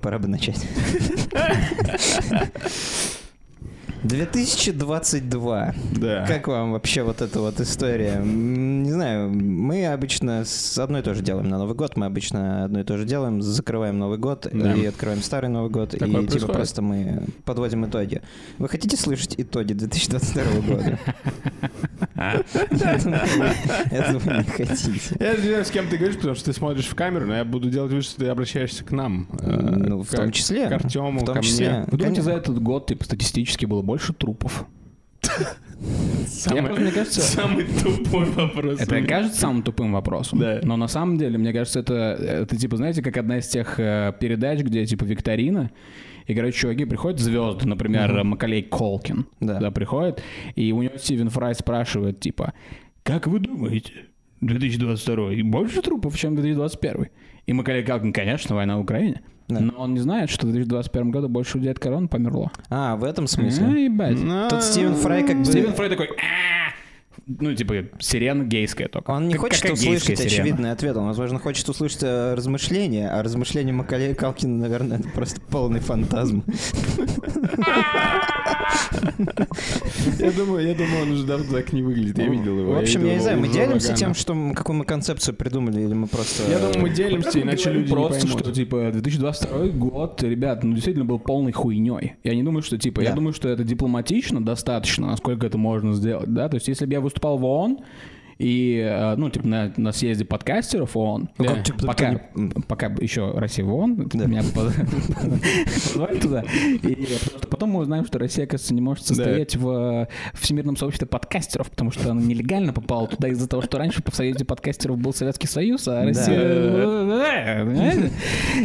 пора бы начать. 2022. Да. Как вам вообще вот эта вот история? М, Не знаю, мы обычно с одно и то же делаем на Новый год, мы обычно одно и то же делаем, закрываем Новый год Да. и открываем старый Новый год, и Такое типа происходит. просто мы подводим итоги. Вы хотите слышать итоги 2022 года? Я думаю, вы Этого не хотите. Я не знаю, с кем ты говоришь, потому что ты смотришь в камеру, но я буду делать вид, что ты обращаешься к нам. э, Ну, в к- том числе. К Артему, В том ко числе. мне. Вы думаете, Конечно. Ну, за этот год типа, статистически было больше трупов? Я просто, мне кажется, Самый тупой вопрос. это кажется самым тупым вопросом. Да. Но на самом деле, мне кажется, это, это типа, знаете, как одна из тех э, передач, где типа викторина, и, короче, чуваки приходят звезды, например, Макалей Колкин, Да. приходит, и у него Стивен Фрай спрашивает, типа, как вы думаете, 2022 больше трупов, чем 2021? И Макалей Колкин, конечно, война в Украине. Да. Но он не знает, что в 2021 году больше людей от короны померло. А, в этом А, смысле? ебать. Тут Стивен Фрай как бы... Стивен Фрей такой... «А-а-а». Ну, типа, сирена гейская только. Он не Как- хочет какая услышать гейская сирена? очевидный ответ, он, возможно, хочет услышать э, размышления, а размышления Макалея Калкина, наверное, это просто полный фантазм. Я думаю, я думаю, он уже давно так не выглядит. Я видел его. Ну, В общем, я не видел знаю, мы его в делимся Вагана. тем, что мы- какую мы концепцию придумали, или мы просто... Я думаю, мы делимся, Просто иначе говорю люди просто, не поймут. что, типа, 2022 год, ребят, ну, действительно был полной хуйней. Я не думаю, что, типа, я Да. думаю, что это дипломатично достаточно, насколько это можно сделать, да? То есть, если бы я выступал в ООН, и, э, ну, типа, на, на съезде подкастеров ООН, Ну, да, как, типа, пока, это не- пока еще Россия в ООН, Да. меня под- позвали туда, и просто потом мы узнаем, что Россия, кажется, не может состоять в э, всемирном сообществе подкастеров, потому что она нелегально попала туда из-за того, что раньше в союзе подкастеров был Советский Союз, а Россия... Э, понимаете?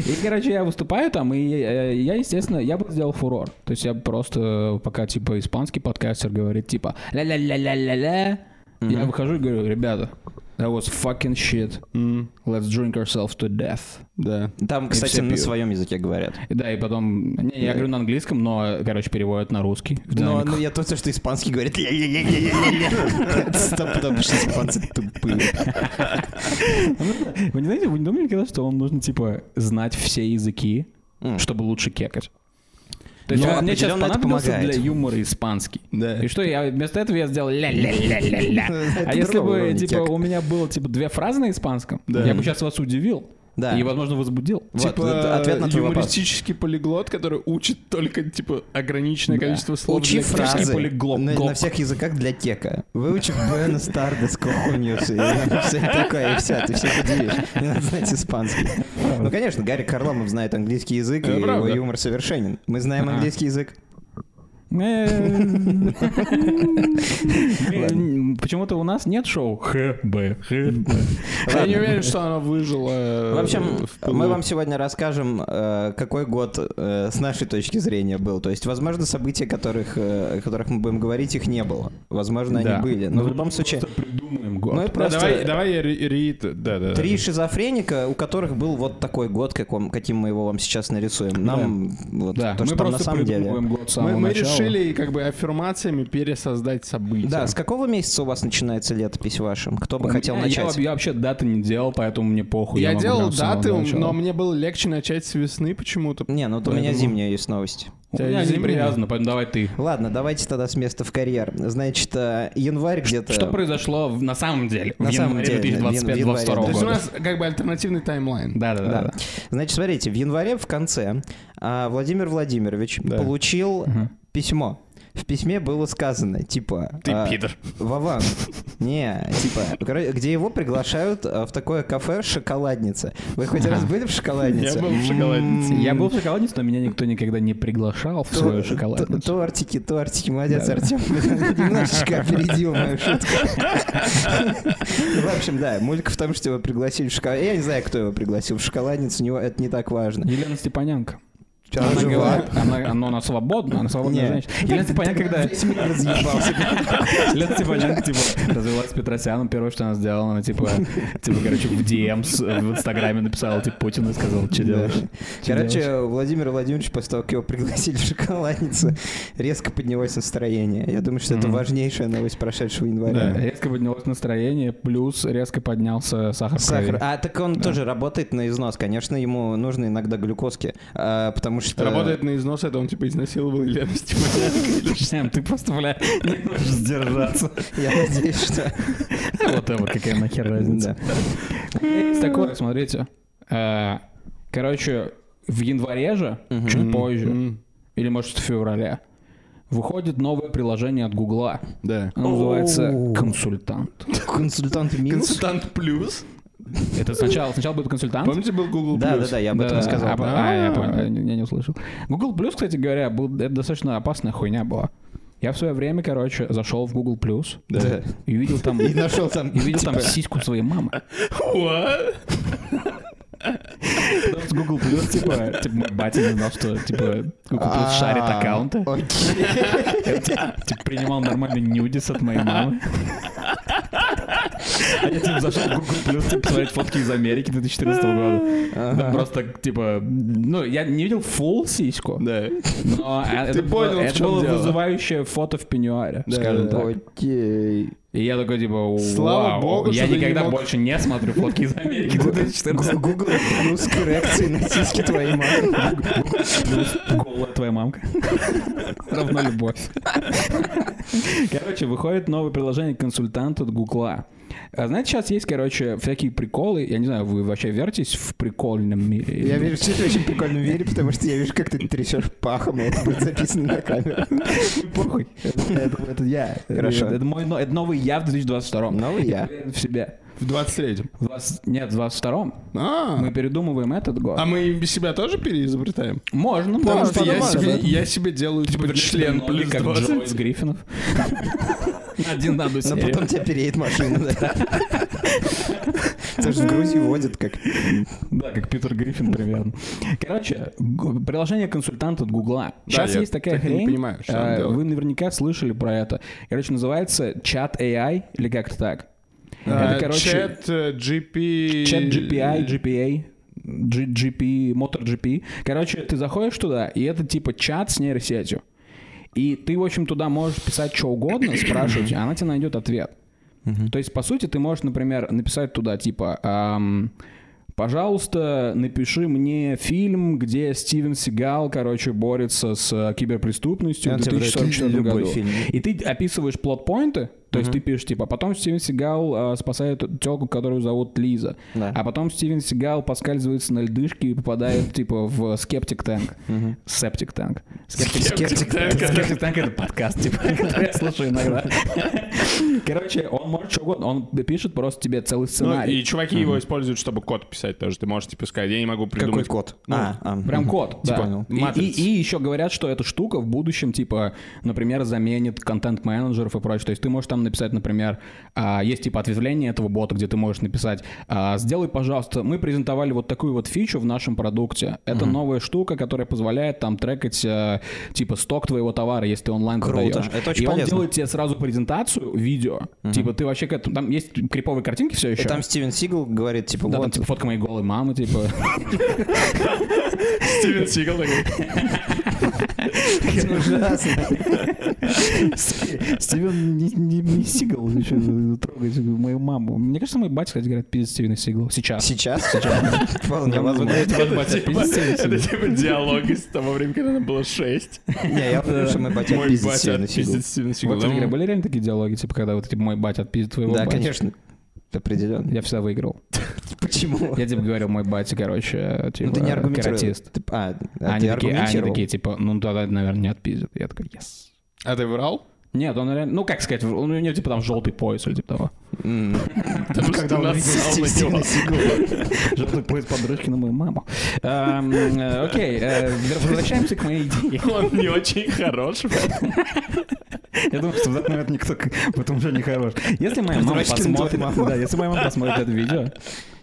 И, короче, я выступаю там, и э, я, естественно, я бы сделал фурор. То есть я бы просто, пока, типа, испанский подкастер говорит, типа, ля-ля-ля-ля-ля-ля, я выхожу и говорю, ребята, that was fucking shit. М, Let's drink ourselves to death. Да. Там, кстати, все на пьют. своем языке говорят. И Да, ну, и потом... не, я говорю на английском, но, короче, переводят на русский. в Но, динамиках. я то, что испанский говорит. «Ля-ля-ля-ля-ля-ля-ля». Стоп, потому что испанцы тупые. Вы не знаете, вы не думали никогда, что вам нужно, типа, знать все языки, М. чтобы лучше кекать? То есть Ну, вот мне сейчас определенно это понадобился помогает. для юмора испанский. Да. И что, я вместо этого я сделал ля-ля-ля-ля-ля. Это А если другого бы, уровня типа, кек. у меня было, типа, две фразы на испанском, Да. я бы сейчас вас удивил. Да. И, возможно, возбудил. Вот, это Типа ответ на твой вопрос. юмористический полиглот, который учит только типа ограниченное Да. количество слов. Учи для текста. фразы полиглот. на, Глот. на всех языках для тека. Выучи Буэнос Тардес, Кохуньюс и там все такое, и все, ты всех удивишь. Не надо знать испанский. Ну, конечно, Гарри Харламов знает английский язык, и Это его Э, правда. юмор совершенен. Мы знаем Ага. английский язык. Э, Блин, э, Почему-то у нас нет шоу ХБ. Я не уверен, что она выжила. В общем, э, в пылу. мы вам сегодня расскажем, э, какой год э, с нашей точки зрения был. То есть, возможно, события, которых, э, о которых мы будем говорить, их не было. Возможно, Да. они были. Ну, Но в любом случае, Придумаем мы год. Да, просто... давай, давай я ре- реит. Да, да. Три шизофреника, у которых был вот такой год, как вам- каким мы его вам сейчас нарисуем. Нам вот Да, то, мы что там на просто самом придумываем деле. год с Мы, самого мы начала. решили как бы аффирмациями пересоздать события. Да, с какого месяца у вас начинается летопись вашим? Кто бы У хотел меня- я, начать? я вообще даты не делал, поэтому мне похуй. Я могу делал прям с самого даты, начала. но мне было легче начать с весны почему-то. Не, ну вот у меня Поэтому- зимняя есть новость. У тебя меня не зимний. привязано, поэтому давай ты. Ладно, давайте тогда с места в карьер. Значит, э, январь где-то... Что произошло в- на самом деле? На в самом деле, январе в январе, 2025-2022 То да. года. есть у нас как бы альтернативный таймлайн. Да, да, да. Да. Значит, смотрите, в январе в конце а, Владимир Владимирович Да. получил письмо. В письме было сказано, типа... Ты а, пидор. Вован. Не, типа, короче, где его приглашают а, в такое кафе «Шоколадница». Вы хоть раз были в «Шоколаднице»? Я был в «Шоколаднице». М, М-м-м. Я был в шоколаднице, но меня никто никогда не приглашал в то- свою то- шоколадницу. Тортики, тортики, молодец, Да-да. Артем. Немножечко опередил мою шутку. В общем, да, мулька в том, что его пригласили в шоколад. Я не знаю, кто его пригласил в шоколадницу, у него это не так важно. Елена Степаненко. Она Она жива. говорит, она, она, она свободна, она свободная Не. женщина. И Лена Степаняк, когда... Весь мир разъебался. Лена Степаняк, типа, развелась с Петросяном, первое, что она сделала, она, типа, типа, короче, в DM с- в Инстаграме написала, типа, Путин и сказал, что делаешь? Чё делаешь?» Короче, у Владимира Владимировича, после того, как его пригласили в шоколадницу, резко поднялось настроение. Я думаю, что это Мгм. важнейшая новость прошедшего Да, января. э, резко поднялось настроение, плюс резко поднялся сахар в Сахар. крови. А так он тоже работает на износ. Конечно, ему нужны иногда глюкозки, а, потому что... Э, Работает на износ, это он типа изнасиловал Елену типа. Степаняк. Сэм, ты просто, бля, не можешь сдержаться. Я надеюсь, что... Вот это какая нахер разница. Да. Есть такое, смотрите. э, Короче, в январе же, Мгм. чуть Мгм. позже, Мгм. или может в феврале, выходит новое приложение от Гугла. Да. Оно называется Оу. «Консультант». Консультант минус. Консультант плюс. Это сначала, сначала будет консультант. Помните, был Google Да, да, плюс? да, я об этом А? Да, и сказал. а, да. а, я А. понял, я не я не услышал. Google Plus, кстати говоря, был, это достаточно опасная хуйня была. Я в свое время, короче, зашел в Google Plus Да. и увидел там, И и нашел там... увидел типа, там сиську своей мамы. What? Потому что Google Plus, типа, типа, мой батя не знал, что, типа, Google Plus «А, шарит аккаунты. окей». Я, типа, типа, принимал нормальный нюдис от моей мамы. А я, типа, зашел в Google Plus, типа, посмотреть фотки из Америки 2014 года. Там Ага. просто, типа, ну, я не видел full сиську, Да. но э, это Ты было- понял, в это чем было дело. вызывающее фото в пеньюаре, Да, скажем да, да. так. Окей. И я такой, типа, вау, Слава богу, я что ты не никогда мог- больше не смотрю фотки из Америки 2014 года. Google плюс коррекции на сиськи твоей мамы. Голая твоя мамка. Равно любовь. Короче, выходит новое приложение консультант от Гугла. А знаете, сейчас есть, короче, всякие приколы. Я не знаю, вы вообще вертесь в прикольном мире? или Я нет? вижу, что ты очень прикольно вере, потому что я вижу, как ты трясешь пахом, и это будет записано на камеру. Э, Похуй. Это, это- это я. Хорошо. Это, это мой, но- это новый я в 2022. Новый я. Уверен В себе. В 23-м. В двадцать- нет, в 22 А. Мы передумываем этот год. А мы себя тоже переизобретаем? Можно, Потому можно. что я подумаешь себе, об этом. я себе делаю типа член плюс как Джо из 20. Гриффинов. Один на одну Но серию. потом тебя переедет машина. да. Потому что в Грузии водят как... Да, как Питер Гриффин примерно. Короче, г- приложение консультант от Гугла. Сейчас я есть такая так и не хрень. понимаю, что она э, делает. Вы наверняка слышали про это. Короче, называется чат AI или как-то так. А, Это, короче, Чат э, Ну, GP... чат GPI, GPA, G- GP, Motor GP. Короче, ты заходишь туда, и это типа чат с нейросетью. И ты, в общем, туда можешь писать что угодно, спрашивать, и она тебе найдет ответ. То есть, по сути, ты можешь, например, написать туда, типа, ам, пожалуйста, напиши мне фильм, где Стивен Сигал, короче, борется с э, киберпреступностью И в он тебе выбирает 2044 любой году. фильм. И ты описываешь плот-поинты, то есть ты пишешь, типа, потом Стивен Сигал э, спасает телку, которую зовут Лиза. Да. А потом Стивен Сигал поскальзывается на льдышке и попадает, типа, в скептик танк. Септик танк. Скептик. Скептик Танк это подкаст, типа, который я слушаю иногда. Короче, он может что угодно, он пишет просто тебе целый Ну, сценарий. и чуваки его используют, чтобы код писать тоже. Ты можешь типа сказать, я не могу придумать. код? Ну, а, Прям код, да. Типа понял. И- И, Матрица. еще говорят, что эта штука в будущем, типа, например, заменит контент-менеджеров и прочее. То есть ты можешь там написать, например, а, есть типа ответвление этого бота, где ты можешь написать, а, сделай, пожалуйста, мы презентовали вот такую вот фичу в нашем продукте. Это новая штука, которая позволяет там трекать, э, типа, сток твоего товара, если ты онлайн Круто. продаешь. Это очень и он полезно. делает тебе сразу презентацию, видео. Типа, ты вообще к этому... Там есть криповые картинки все еще. И Э, там Стивен Сигал говорит, типа, да, там, вот... типа, фотка моей голой мамы, типа. Стивен Сигал такой. Ужасно. Стивен не, не, не Сигал еще трогать мою маму. Мне кажется, мой батя, кстати, говорит, пиздец Стивена Сигала. Сейчас. Сейчас? Вполне возможно. Это типа- это Сейчас. типа диалог из того времени, когда нам было 6. Не, я помню, что мой батя Мой пиздит батя Стивена Сигала. пиздит Ну, Стивен Вот, кстати говоря, Сигал. были реально такие диалоги, типа, когда вот, типа, мой батя отпиздит твоего Да, батю? конечно. Определенно. Я всегда выиграл. Почему? Я, типа, говорил, мой батя, короче, типа, Ну, ты не аргументировал. каратист. Ты- А, А а они ты такие, а они аргументировал? такие, типа, ну, тогда, наверное, не отпиздит. Я такой, yes. А ты врал? Нет, он реально, ну, как сказать, у него, типа, там желтый пояс или типа того. Типа, М. Потому что он увидел насал на него. Стивена Сигала. Желтый пояс подружки на мою маму. Эм, э, Окей, э, возвращаемся к моей идее. Он не очень хорош. Я думаю, что в этот момент никто к- в этом уже не хорош. Если моя мама Дурачкин дом, посмотрит, мама. да, если моя мама посмотрит это видео,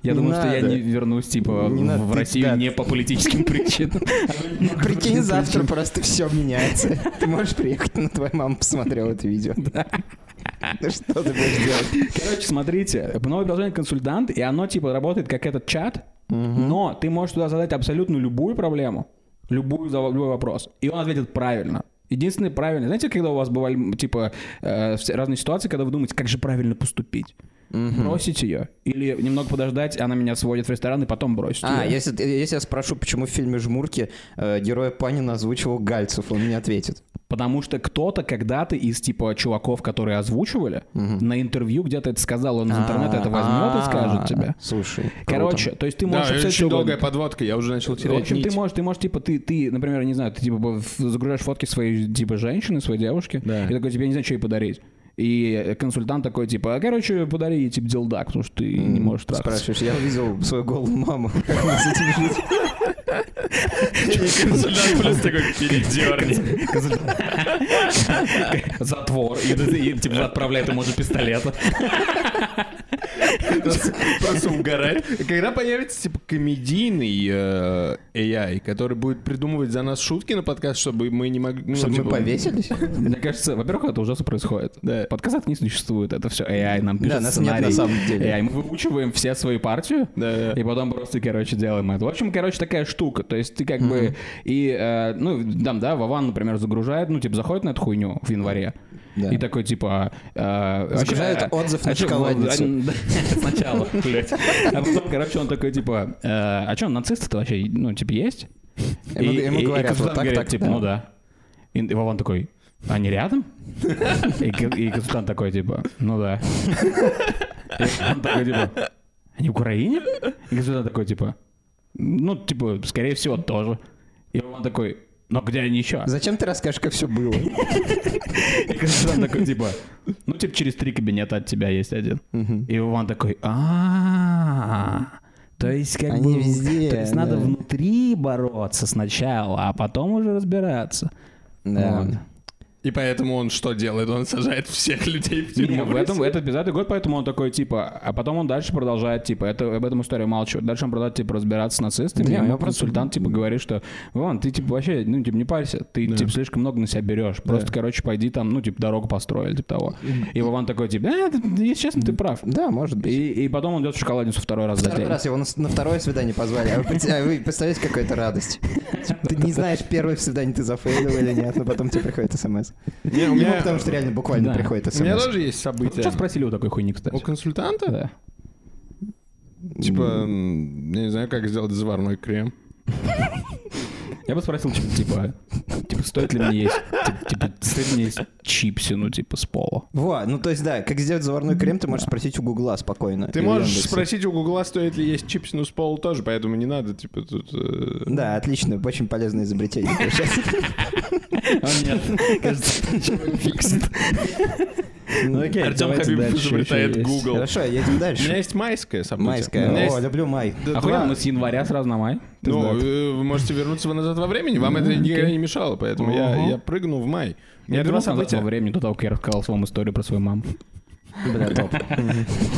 я Не думаю, что я надо. не вернусь, типа, Не надо, в ты- Россию да. не по политическим причинам. Прикинь, завтра просто все меняется. Ты можешь приехать, но твоя мама посмотрела это видео. Ну что ты будешь делать? Короче, смотрите, новое приложение консультант, и оно типа работает как этот чат, но ты можешь туда задать абсолютно любую проблему, любую, за- любой вопрос, и он ответит правильно. Единственное правильно. Знаете, когда у вас бывали м, типа э, все- разные ситуации, когда вы думаете, как же правильно поступить? Бросить ее или немного подождать, она меня сводит в ресторан и потом бросит. А, её? если, если я спрошу, почему в фильме «Жмурки» э, героя Панина озвучивал Гальцев, он мне ответит. Потому что кто-то когда-то из типа чуваков, которые озвучивали, на интервью где-то это сказал, он А, из интернета это возьмет и скажет тебе. Слушай, Короче, то есть ты Да, и можешь всё очень что долгая угодно. подводка, я уже начал В терять общем, ты нить. можешь, ты можешь, типа, ты, ты, например, не знаю, ты, типа, б- в- загружаешь фотки своей, типа, женщины, своей девушки, Да. и такой, тебе не знаю, что ей подарить. И консультант такой, типа, «А, короче, подари ей, типа, делдак, потому что ты не можешь трахаться. спрашиваешь, я увидел свою голову маму. Как мне с этим жить? Консультант плюс такой передерни. Затвор. И, ты- и, типа, отправляет ему же пистолет. Просто угорать. Когда появится, типа, комедийный э, AI, который будет придумывать за нас шутки на подкаст, чтобы мы не могли... ну, Чтобы мы типа, повесились? Мне кажется, во-первых, это ужасно происходит. Да. Подкастов не существует, это все AI нам пишет Да, нас нет сценарий. на самом деле. AI. Мы выучиваем все свою партию, Да, да. и потом просто, короче, делаем это. В общем, короче, такая штука. То есть ты как бы... И, э, ну, там, да, Вован, например, загружает, ну, типа, заходит на эту хуйню в январе. Да. И такой, типа... э, Загружает вообще, э, отзыв на а чё, шоколадницу. Вован, да, Сначала, блядь. А потом, короче, он такой, типа, э, а что, нацисты-то вообще, ну, типа, есть? Ему- ему говорят, консультант вот так, говорит, так, типа, да. ну да. И, и Вован такой, они рядом? И, кон- и консультант такой, типа, ну да. И он такой, типа, они в Украине? И консультант такой, типа, ну, типа, скорее всего, тоже. И Вован такой, но где они еще? Зачем ты расскажешь, как все было? И консультант такой, типа, ну, типа, через три кабинета от тебя есть один. И Вован такой, а то есть как Они бы... везде, То есть надо да. внутри бороться сначала, а потом уже разбираться. Вот. Да. И поэтому он что делает? Он сажает всех людей в Типа, Не, ну, тюрьму. в этом, это 50 год, поэтому он такой, типа, а потом он дальше продолжает, типа, это, об этом история молчу. Дальше он продолжает, типа, разбираться с нацистами, Не, и ему я просто- консультант, типа, говорит, что, Вон, ты, типа, вообще, ну, типа, не парься, ты, типа, слишком много на себя берешь, просто, короче, пойди там, ну, типа, дорогу построили, типа того. И Вован такой, типа, «Э, ты- ты, если честно, ты прав. Да, может быть. И, и потом он идет в шоколадницу второй раз за Второй день. раз его на, с- на второе свидание позвали, а вы, пот- а вы представляете, какая это радость. Ты не знаешь, первое свидание ты зафейлил или нет, но потом тебе приходит смс. Не, Ему у меня, потому что реально буквально Да. приходит у меня смс. тоже есть события. Сейчас спросили у такой хуйни, кстати. У консультанта? Да. Типа, м, я не знаю, как сделать заварной крем. Я бы спросил, типа, типа, типа, стоит ли мне есть, типа, типа, стоит ли мне есть чипсы, ну, типа, с пола. Во, ну то есть да, как сделать заварной крем, ты можешь спросить у Гугла спокойно. Ты или у можешь Яндекса. спросить у Гугла, стоит ли есть чипсину с пола тоже, поэтому не надо, типа, тут... э, Да, отлично, очень полезное изобретение. получается. Он А, нет. Кажется, ничего не фиксит. Ну окей, Артем давайте Хабиб дальше еще изобретает есть. Google. Хорошо, едем У меня дальше. есть майское событие. У Майская. меня О, есть- люблю май. Да, Охуенно, два- мы с января сразу на май. Ну, Пиздато. э, вы можете вернуться назад во времени, вам это никогда не мешало, поэтому я, Ага. я прыгну в май. У меня я два вернулся назад во события. времени до того, как я рассказал вам историю про свою маму. Бля, топ.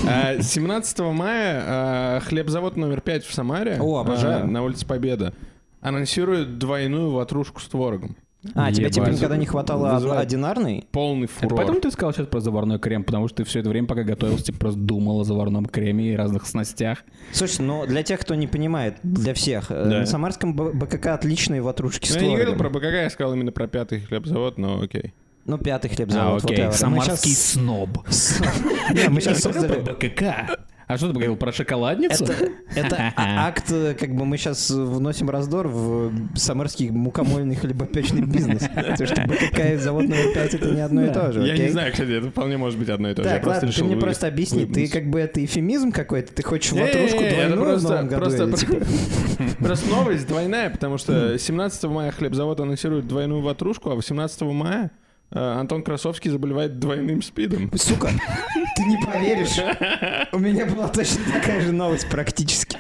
А, 17 мая а, хлебзавод номер 5 в Самаре О, обожаю. а, на улице Победа анонсирует двойную ватрушку с творогом. А, тебе типа Ебать. никогда не хватало од- Вызывает. одинарной? Полный фурор. Поэтому ты сказал сейчас про заварной крем, потому что ты все это время, пока готовился, типа, просто думал о заварном креме и разных снастях. Слушай, ну для тех, кто не понимает, для всех, э, Да. на Самарском Б- БКК отличные ватрушки с Ну, я не говорил творогом. про БКК, я сказал именно про пятый хлебзавод, но окей. Ну, пятый А, А, хлебзавод. whatever. Мы щас- сноб. Не, мы Я сейчас создали... БКК. А что ты говорил про шоколадницу? Это, это а- акт, э, как бы мы сейчас вносим раздор в э, самарский мукомольный хлебопечный бизнес. Потому что БКК и завод номер 5 это не одно и то же. Я окей? не знаю, кстати, это вполне может быть одно и то же. Я Так, ладно, ты решил мне вы- просто объясни, ты выдумать. как бы это эфемизм какой-то, ты хочешь Не-не-не, ватрушку это двойную в просто- новом году просто- или типа- Просто новость двойная, потому что 17 мая хлебзавод анонсирует двойную ватрушку, а 18 мая э, Антон Красовский заболевает двойным спидом. Сука, ты не поверишь. У меня была точно такая же новость практически.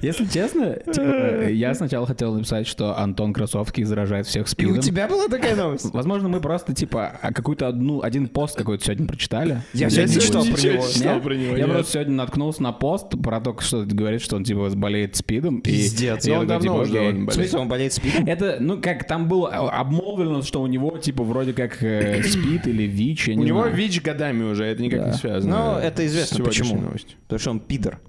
Если честно, типа, я сначала хотел написать, что Антон Красовский заражает всех И спидом. у тебя была такая новость? Возможно, мы просто, типа, а, какую-то одну, один пост какой-то сегодня прочитали. Я сегодня не читал буду. про него. Нет? Читал про него, Я нет. просто сегодня наткнулся на пост про то, что говорит, что он, типа, болеет спидом. и- Пиздец. ну и я он такой, давно уже типа, окей. довольно В болеет. смысле, он болеет спидом? Это, ну, как там было обмолвлено, что у него, типа, вроде как э, спид или ВИЧ, я У не него знаю. ВИЧ годами уже, это никак не связано. Ну, это с известно сегодняшней почему. новостью. Потому что он пидор.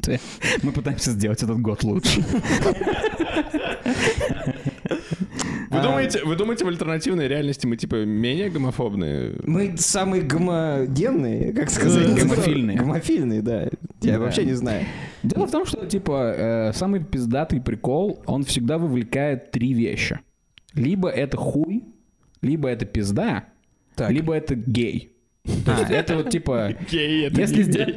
Ты- Мы пытаемся сделать этот год лучше. А. Вы думаете, вы думаете, в альтернативной реальности мы типа менее гомофобные? Мы самые гомогенные, как сказать? Гомофильные. Гомофильные, да. Да. Я вообще не знаю. Дело в том, что, типа, э, самый пиздатый прикол, он всегда вовлекает три вещи. Либо это хуй, либо это пизда, Так. либо это гей. То есть это вот типа... А. Гей, это Если не гей. сделать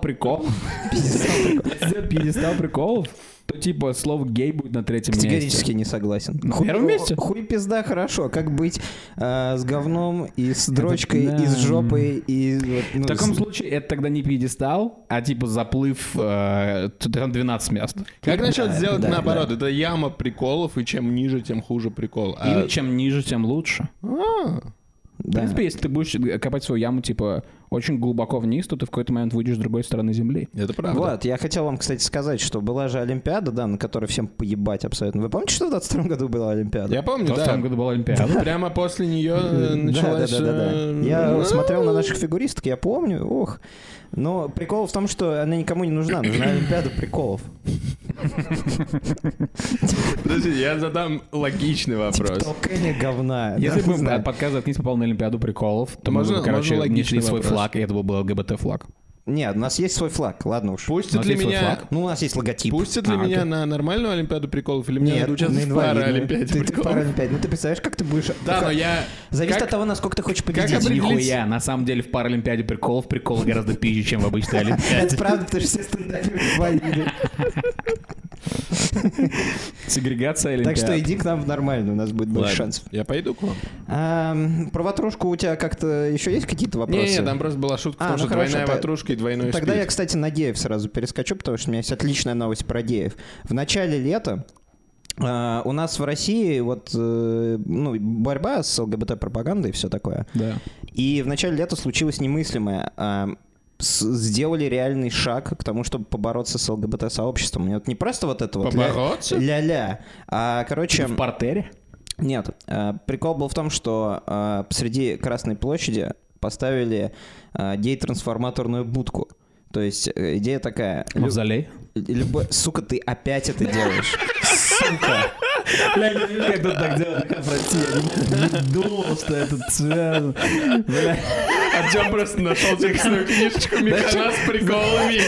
прикол, если сделать пьедестал приколов, то типа слово гей будет на третьем месте. Категорически не согласен. На первом месте? Хуй пизда хорошо. Как быть э, с говном и с дрочкой, да. и с жопой, и... вот, ну, В таком с- случае это тогда не пьедестал, а типа заплыв э, т- там 12 мест. Как насчет сделать да, наоборот? Это яма приколов, и чем ниже, тем хуже прикол. А- Или чем ниже, тем лучше. А, В Да. принципе, если ты будешь э, копать свою яму, типа, очень глубоко вниз, то ты в какой-то момент выйдешь с другой стороны земли. Это правда. Вот, я хотел вам, кстати, сказать, что была же Олимпиада, да, на которой всем поебать абсолютно. Вы помните, что в 22 году была Олимпиада? Я помню, В том да. году была Олимпиада. Ну, Прямо после нее Да, да, началась... да, да, да. э, Я ну, смотрел на наших фигуристок, я помню, ох. Но прикол в том, что она никому не нужна, нужна Олимпиада приколов. Подожди, я задам логичный вопрос. Толкание говна. Если Да, бы не знаю. подкаст «Заткнись» попал на Олимпиаду приколов, то Можно- можно, короче, можно логичный несли свой вопрос. флаг, и это был бы ЛГБТ-флаг. Нет, у нас есть свой флаг, ладно уж. Пустят Но ли здесь вот меня... флаг. Ну, у нас есть логотип. Пустят ли А, меня окей. на нормальную Олимпиаду приколов, или мне надо участвовать в инвалидную. Ты- Паралимпиаде ты в приколов? Паралимпиаде. Ну, ты представляешь, как ты будешь... Да, как- но я... Зависит как- от того, насколько ты хочешь победить. определить- Нихуя, на самом деле в Паралимпиаде приколов приколы гораздо пизже, чем в обычной Это Олимпиаде. правда, потому что все стендаперы инвалиды. Сегрегация Так Олимпиады. что иди к нам в нормальную, у нас будет больше Ладно, шансов. Я пойду к вам. Ам, Про ватрушку у тебя как-то еще есть какие-то вопросы? Не, не, там просто была А, шутка, потому ну что хорошо, двойная то- ватрушка и двойной Тогда я, спид. кстати, на Деев сразу перескочу, потому что у меня есть отличная новость про Деев. В начале лета а, у нас в России вот э, ну, борьба с ЛГБТ-пропагандой и все такое. Да. И в начале лета случилось немыслимое. А, с- Сделали реальный шаг к тому, чтобы побороться с ЛГБТ-сообществом. И вот не просто вот это вот ля- Побороться? Типа ля-ля, а, короче... В партере? Нет, э, прикол был в том, что э, посреди Красной площади поставили э, гей-трансформаторную будку. То есть э, идея такая... лю- Мавзолей? любо- Сука, ты опять это делаешь. Сука. Бля, ну я не знаю, как тут так делать. Прости, я не- не думал, что это связано. Бля. Артем просто нашел текстовую книжечку Механа с приколами. и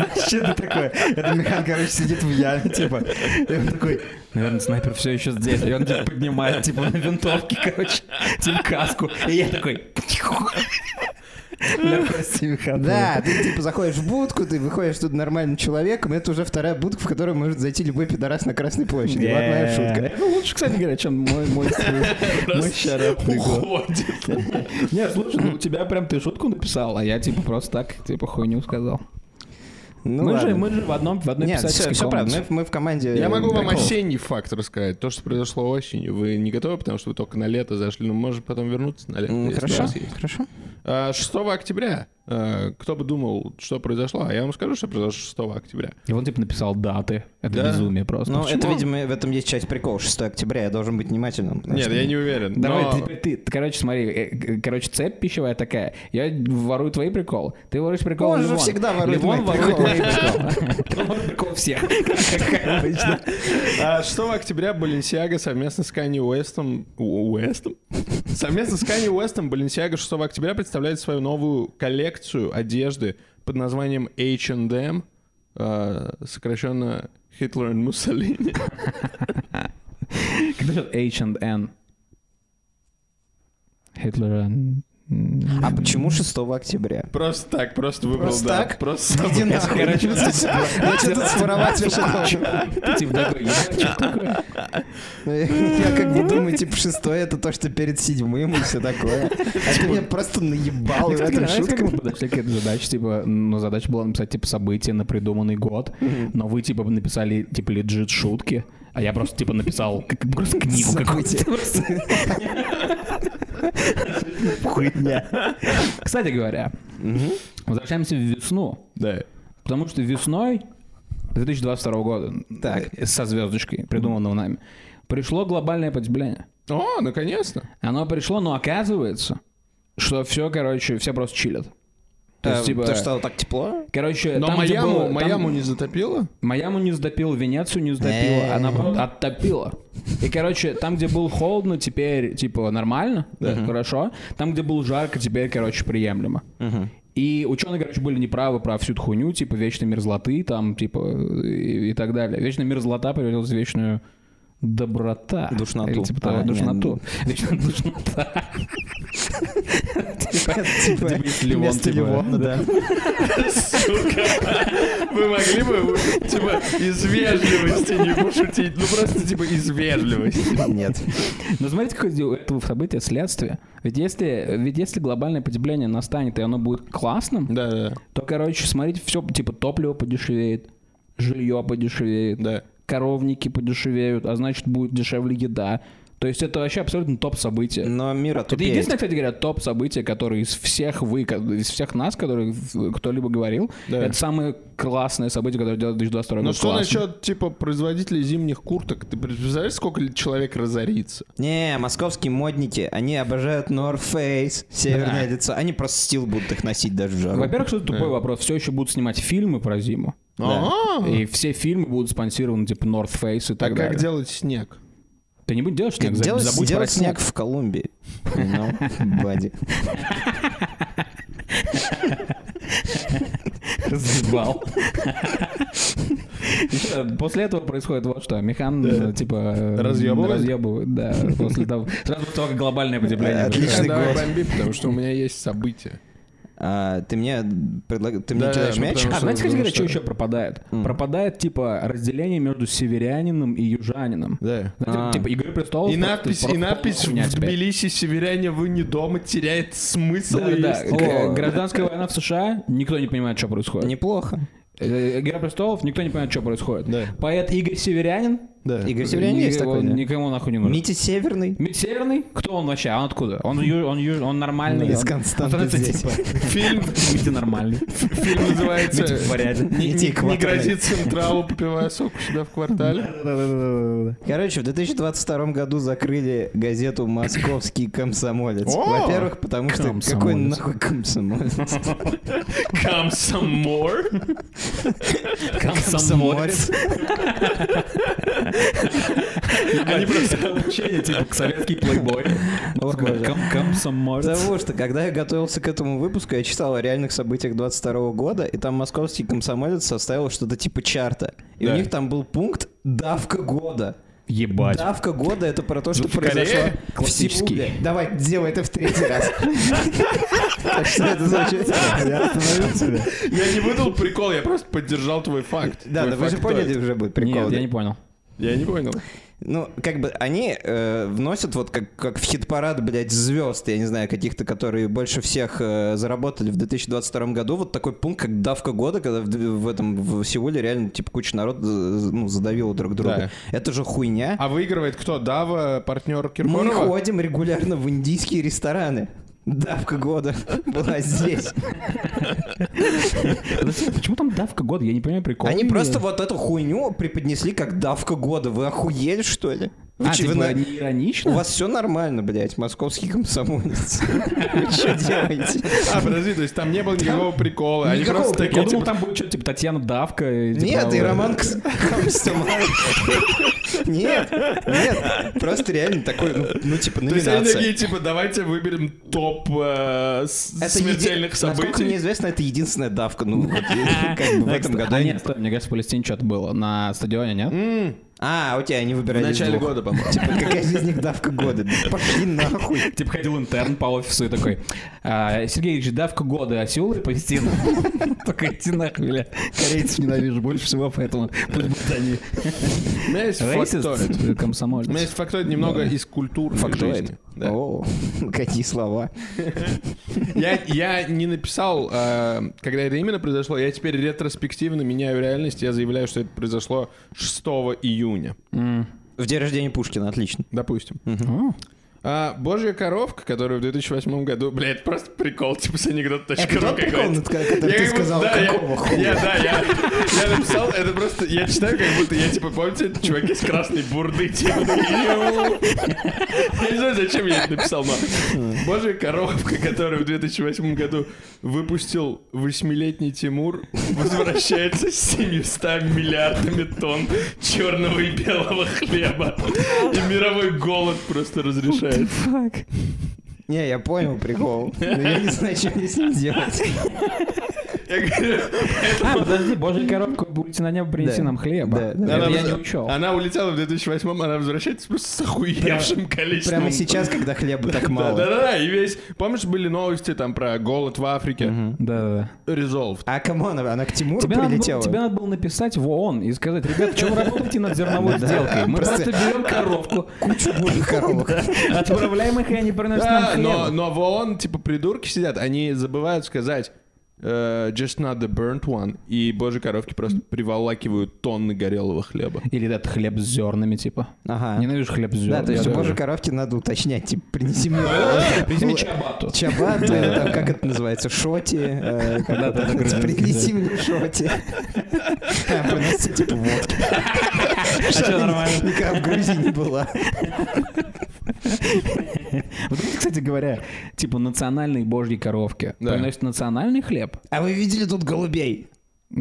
такой, Что это такое? Это Михан, короче, сидит в яме, типа. И он такой... Наверное, снайпер все еще здесь. И он типа, поднимает, типа, на винтовке, короче, типа, каску. И я такой... Бля, прости, Михан. Да, ты типа заходишь в будку, ты выходишь тут нормальным человеком, и это уже вторая будка, в которую может зайти любой пидорас на Красной площади. Вот моя шутка. Ну, лучше, кстати говоря, чем мой, мой, мой шарап Уходит. Нет, слушай, ну у тебя прям ты шутку написал, а я типа просто так, типа хуйню сказал. Ну мы, же, ладно. мы же в одном, в одной Нет, все, писательской правда, комнате. мы в- мы в команде... Я могу вам приколов. осенний факт рассказать. То, что произошло осенью. Вы не готовы, потому что вы только на лето зашли, но может потом вернуться на лето. М, если у Хорошо, вас есть. хорошо. А, 6 октября. а, Кто бы думал, что произошло? А я вам скажу, что произошло 6 октября. И он типа написал даты. Это Да. безумие просто. Ну, это, видимо, в этом есть часть прикола. 6 октября, я должен быть внимательным. потому Нет, что- я не уверен. Давай, но- теперь ты, ты, короче, смотри, э, э, короче, цепь пищевая такая. Я ворую твои приколы, ты воруешь приколы Он же Лимон. всегда ворует Лимон мои ворует приколы. мои приколы. Ты воруешь приколы всех, как обычно. А, 6 октября Баленсиага совместно с Канни Уэстом... У- Уэстом? Совместно с Канни Уэстом Баленсиага 6 октября представляет свою новую коллекцию одежды под названием H&M, а, сокращенно Hitler и Муссолини. Как насчет H&N? Hitler and А почему 6 октября? Просто так, просто выбрал, Просто да. так? Просто сам- Иди нахуй. Короче, Я что-то своровать вообще хочу. Ты типа такой, я что такое? Ну, Я как бы думаю, типа, шестое — это то, что перед седьмым и все такое. А ты меня просто наебал Мне, в кстати, этом нравится, как шутку. мы подошли к этой задаче, типа, ну, задача была написать, типа, события на придуманный год, но вы, типа, написали, типа, лежит шутки, а я просто, типа, написал как- просто книгу какую-то. Хуйня. Кстати говоря, возвращаемся в весну, Да. потому что весной 2022 года Так. э, со звездочкой, придуманного нами, пришло глобальное потепление. О, наконец-то. Оно пришло, но оказывается, что все, короче, все просто чилят. То Э, есть, типа, То, что так тепло? короче, Но там, где Майаму, было- там- Майаму не затопило? Майаму не затопило, Венецию не Э. затопило, а наоборот оттопило. И, короче, там, где было холодно, теперь, типа, нормально, хорошо. Там, где было жарко, теперь, короче, приемлемо. И ученые, короче, были неправы про всю эту хуйню, типа, вечной мерзлоты, там, типа, и, и так далее. Вечная мерзлота превратилась в вечную доброта. Душноту. Или, типа, того, А, не, душноту. Вечная душнота. Типа, Дебрис Ливон, вместо типа, Ливона, да. Сука. Вы могли бы, типа, из вежливости не пошутить? Ну просто, типа, из вежливости. Нет. Но смотрите, какое здесь у этого события следствие. Ведь если, ведь если глобальное потепление настанет, и оно будет классным, Да, да, то, короче, смотрите, все, типа, топливо подешевеет, жилье подешевеет, да. коровники подешевеют, а значит, будет дешевле еда. То есть это вообще абсолютно топ-событие. Но мир Это отупеет. единственное, кстати говоря, топ-событие, которое из всех вы, ко- из всех нас, которые в- кто-либо говорил, Да. это самое классное событие, которое делает 2022 год Ну что классным. насчет, типа, производителей зимних курток? Ты представляешь, сколько ли человек разорится? Не, московские модники, они обожают North Face, северное лицо. Они просто стил будут их носить даже в жару. Во-первых, что это тупой вопрос. Все еще будут снимать фильмы про зиму. А, И все фильмы будут спонсированы, типа, North Face и А так далее. как делать снег? Ты не будешь делать снег, за- Делать, забудь делать про снег снег. в Колумбии. Ну, бади. Разъебал. После этого происходит вот что. Механ, э, типа... э, Разъебывает? Разъебывает, да. После того... Сразу после того, как глобальное потепление. Отлично. происходит. Отличный давай год. бомби, потому что у меня есть события. А, ты мне предлаг... ты мне Да, кидаешь ну, мяч? потому А знаете, кстати Потому говоря, что- что еще пропадает? Пропадает, типа, разделение между северянином и южанином. Да. А. Знаете, Типа, «Игры престолов». И просто- надпись, и просто надпись хуйня в теперь. Тбилиси «Северяне, вы не дома» теряет смысл. Да, и да, есть- да. О. Гражданская война в США, никто не понимает, что происходит. Неплохо. Э, Игра престолов, никто не понимает, что происходит. Да. Поэт Игорь Северянин, Да. Игорь Северянин есть его такой, да? никому нахуй не нужен. Митя Северный? Мит Северный? Кто он вообще? А Он откуда? Он, ю- он, ю- он нормальный. Ну, Из он- Константы он становится, здесь. типа, Фильм, Митя нормальный. фильм называется Типа, Митя в порядке. э, «Не- «Не Митя не Экваторный». грозит Централу, попивая сок у себя в квартале». Короче, в 2022 году закрыли газету «Московский комсомолец». О! Во-первых, потому что какой Комсомолец. нахуй комсомолец? Come some more. Комсомолец. Они просто обучение, типа, к советский плейбой. Комсомолец. Потому что, когда я готовился к этому выпуску, я читал о реальных событиях 22 года, и там московский комсомолец составил что-то типа чарта. И Да. у них там был пункт «Давка года». Ебать. Давка года это про то, что в Корее произошло в классический. Сеуле. Давай, делай это в третий раз. Так Что это значит? Я не выдал прикол, я просто поддержал твой факт. Да, Твой да вы же факт поняли тот. уже будет прикол. Нет, да? я не понял. Я не понял. Ну, как бы они э, вносят вот как, как в хит-парад, блядь, звезд, я не знаю, каких-то, которые больше всех э, заработали в 2022 году, вот такой пункт, как давка года, когда в, в этом, в Сеуле реально, типа, куча народ э, ну, задавила друг друга. Это же хуйня. А выигрывает кто? Дава, партнер Мы Киркорова? ходим регулярно в индийские рестораны. Давка года была здесь. Подожди, Почему там давка года? Я не понимаю прикол. Они просто вот эту хуйню преподнесли как давка года. Вы охуели, что ли? Вы А, че- вы типа, на- не У иронично? вас все нормально, блядь, московский комсомолец. Вы что делаете? А, подожди, то есть там не было никакого прикола. Они никакого просто Я такие, думал, типа, там будет что-то типа Татьяна Давка. и, типа, Нет, и вот. Роман Кс- Комсомолец. Нет, нет, просто реально такой, ну, ну, типа, То есть они такие, номинация. типа, давайте выберем топ э, с- смертельных еди- Насколько мне событий. известно, это единственная давка, ну, вот, и, как бы в этом году. А они- нет, стой, мне кажется, в Палестине что-то было. На стадионе, нет? М, А, у тебя они В выбирали из начале двух. года, по-моему. Типа, какая из них давка года? Да Пошли нахуй. Типа ходил интерн по офису и такой, «А, Сергей Ильич, давка года, осел или палестина? Только иди нахуй, бля. Корейцев ненавижу больше всего, поэтому пусть будут они. У меня есть фактоид. Расист, У меня комсомолец. есть фактоид немного из культуры жизни. Да. О, какие слова. Я, я не написал, э, когда это именно произошло, я теперь ретроспективно меняю реальность, я заявляю, что это произошло 6 июня, В день рождения Пушкина, отлично. допустим. О, А, божья коровка, которая в 2008 году... Бля, это просто прикол, типа с анекдот.ру Это тот прикол, какой-то. над ко- который ты как будто- сказал, да, я- какого Я, хуя? да, я, я написал, это просто, я читаю, как будто я, типа, помните, это чуваки с красной бурды, типа, такие, «Йоу». я не знаю, зачем я это написал, но божья коровка, которую в 2008 году выпустил восьмилетний Тимур, возвращается с 700 миллиардами тонн черного и белого хлеба, и мировой голод просто разрешает. Не, я понял прикол. Но я не знаю, что мне с ним делать. Я говорю, А, подожди, божья коробка, будете на небо принести Да. нам хлеба. Да, да. Это Она, Я воз- не учел. она улетела в 2008-м, она возвращается просто с охуевшим количеством. Прямо сейчас, когда хлеба так мало. Да-да-да, и весь... Помнишь, были новости там про голод в Африке? Да-да-да. Резолв. А камон, она к Тимуру Тебе надо, было, прилетела. тебе надо было написать в ООН и сказать, ребят, что вы работаете над зерновой сделкой? Мы Просто- просто берем коробку, Кучу бурных коробок. отправляем их, и они приносят нам Да, хлеба. но, но в ООН, типа, придурки сидят, они забывают сказать э, just not the burnt one, и божьи коровки просто приволакивают тонны горелого хлеба. Или этот хлеб с зернами, типа. Ага. Ненавижу хлеб с Да, зернами. то есть Я у Божьей тоже. коровки надо уточнять, типа, принеси мне... Принеси мне чабату. Чабаты, э, там, как это называется, шоти. э, как Да-да-да, это называется? грузинский, Принеси мне шоти. А, Принеси, типа, водки. А чё, нормально? Никогда в Грузии не была. Вот это, кстати говоря, типа национальной божьей коровки. Да. Приносят национальный хлеб. Ну, А вы видели тут голубей?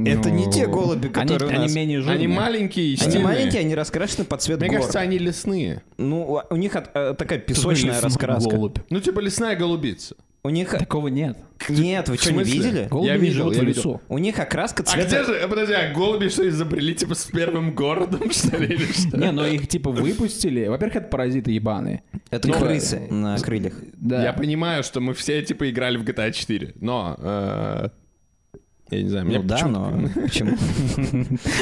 Это не те голуби, Они- которые у Они нас. менее Ну, Они жирные. маленькие и Они стильные. маленькие, а они раскрашены под цвет Мне гор. кажется, они лесные. Ну, у- у них от- э, такая песочная Лесной раскраска. голубь. Ну, типа, лесная голубица. У них... Такого нет. Нет, вы В что, не смысле? видели? Голуби Я не видел, живут я в видел. лесу. У них окраска А цвета... где же, э, подожди, а голуби что, изобрели, типа, с первым городом, что ли, или что? Не, но их типа выпустили. Во-первых, это паразиты ебаные. Это Ну, крысы на крыльях. Да. Я понимаю, что мы все типа играли в GTA 4, но э, я не знаю, мне Ну да, почему- но почему?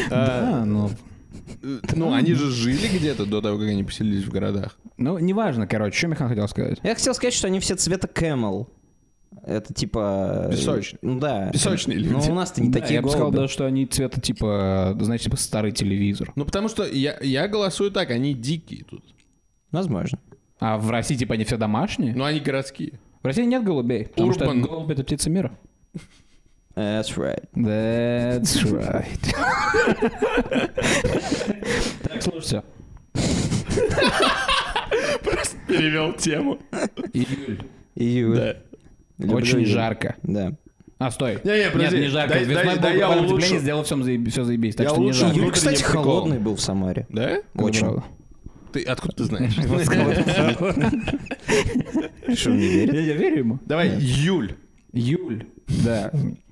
Да, но... э, ну они же жили где-то до того, как они поселились в городах. Ну, неважно, короче, что Михан хотел сказать. Я хотел сказать, что они все цвета camel. Это типа... Песочные. Ну да. Песочные Ну люди. у нас-то не Да, такие я бы сказал голуби. даже, что они цвета типа, знаешь, типа старый телевизор. Ну потому что я я голосую так, они дикие тут, Возможно. А в России типа они все домашние? Ну. но они городские. В России нет голубей, потому что Урбан. голубь это птица мира. That's right. That's right. Так, слушайте. Перевел тему. Июль. Июль. Да. Люблю Очень июль. жарко. Да. А, стой. Не-не, подожди. Нет, не жарко. Дай- Весной дай- был дай я глобальное улучшу. потепление, сделало всем заеб- все заебись. Так Я что не улучшу. жарко. Июль, Внутренним кстати, приколом. холодный был в Самаре. Да? Это очень. правда. Ты откуда ты знаешь? Что, не Я, верит? я верю ему. Давай июль. Юль. Да.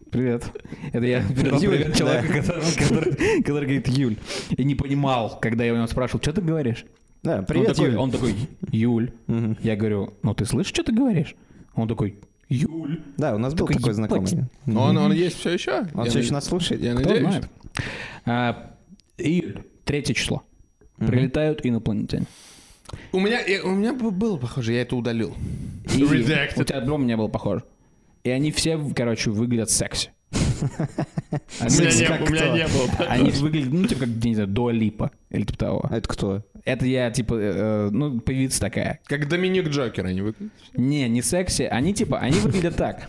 Привет. Это я передал Юль, привет да. человеку, который, который- который говорит Юль. И не понимал, когда я у него спрашивал, что ты говоришь? Да, он, привет, такой, Юль. он такой, Юль. Я говорю, ну ты слышишь, что ты говоришь? Он такой, Юль. Да, у нас был Такой такой ебать. знакомый. Но он, он есть все еще? Он все еще нас слушает. Я Кто надеюсь. знает? А, июль, третье число. Прилетают инопланетяне. У меня, э, у меня б- было похоже, я это удалил. И Redacted. У тебя дома не было похоже. И они все, короче, выглядят секси. У Они, меня Секс не, как у меня кто? не было. они выглядят, ну, типа, как, не знаю, Дуа Липа или типа того. А это кто? Это я, типа, э, э, ну, певица такая. Как Доминик Джокер а они выглядят. Не, не секси. Они, типа, они выглядят так.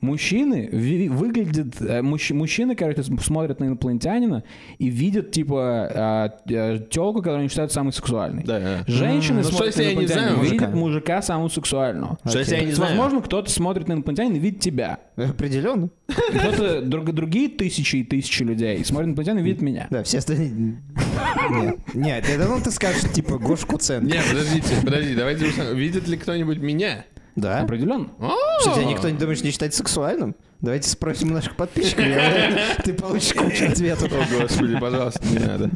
Мужчины ви- выглядят... э, мужч- мужчины, короче, см- смотрят на инопланетянина и видят, типа, телку, которую они считают самой сексуальной. Да, да. Женщины Ну, что, смотрят если на я не инопланетянина, знаю видят мужика? мужика самого сексуального. Что если я не То есть, знаю? Возможно, кто-то смотрит на инопланетянина и видит тебя. Определенно. Кто-то, друг- другие тысячи и тысячи людей смотрят на инопланетянина и видят меня. Да, все остальные... Нет, Нет, это ну ты скажешь, типа, Гош Куценко. Не, подождите, подожди, давайте узнаем, видит ли кто-нибудь меня? Да. Определенно. Что А. тебя никто не думает, не считать сексуальным? Давайте спросим у наших подписчиков. Я уверен, Ты получишь кучу ответов. О, господи, пожалуйста, не надо.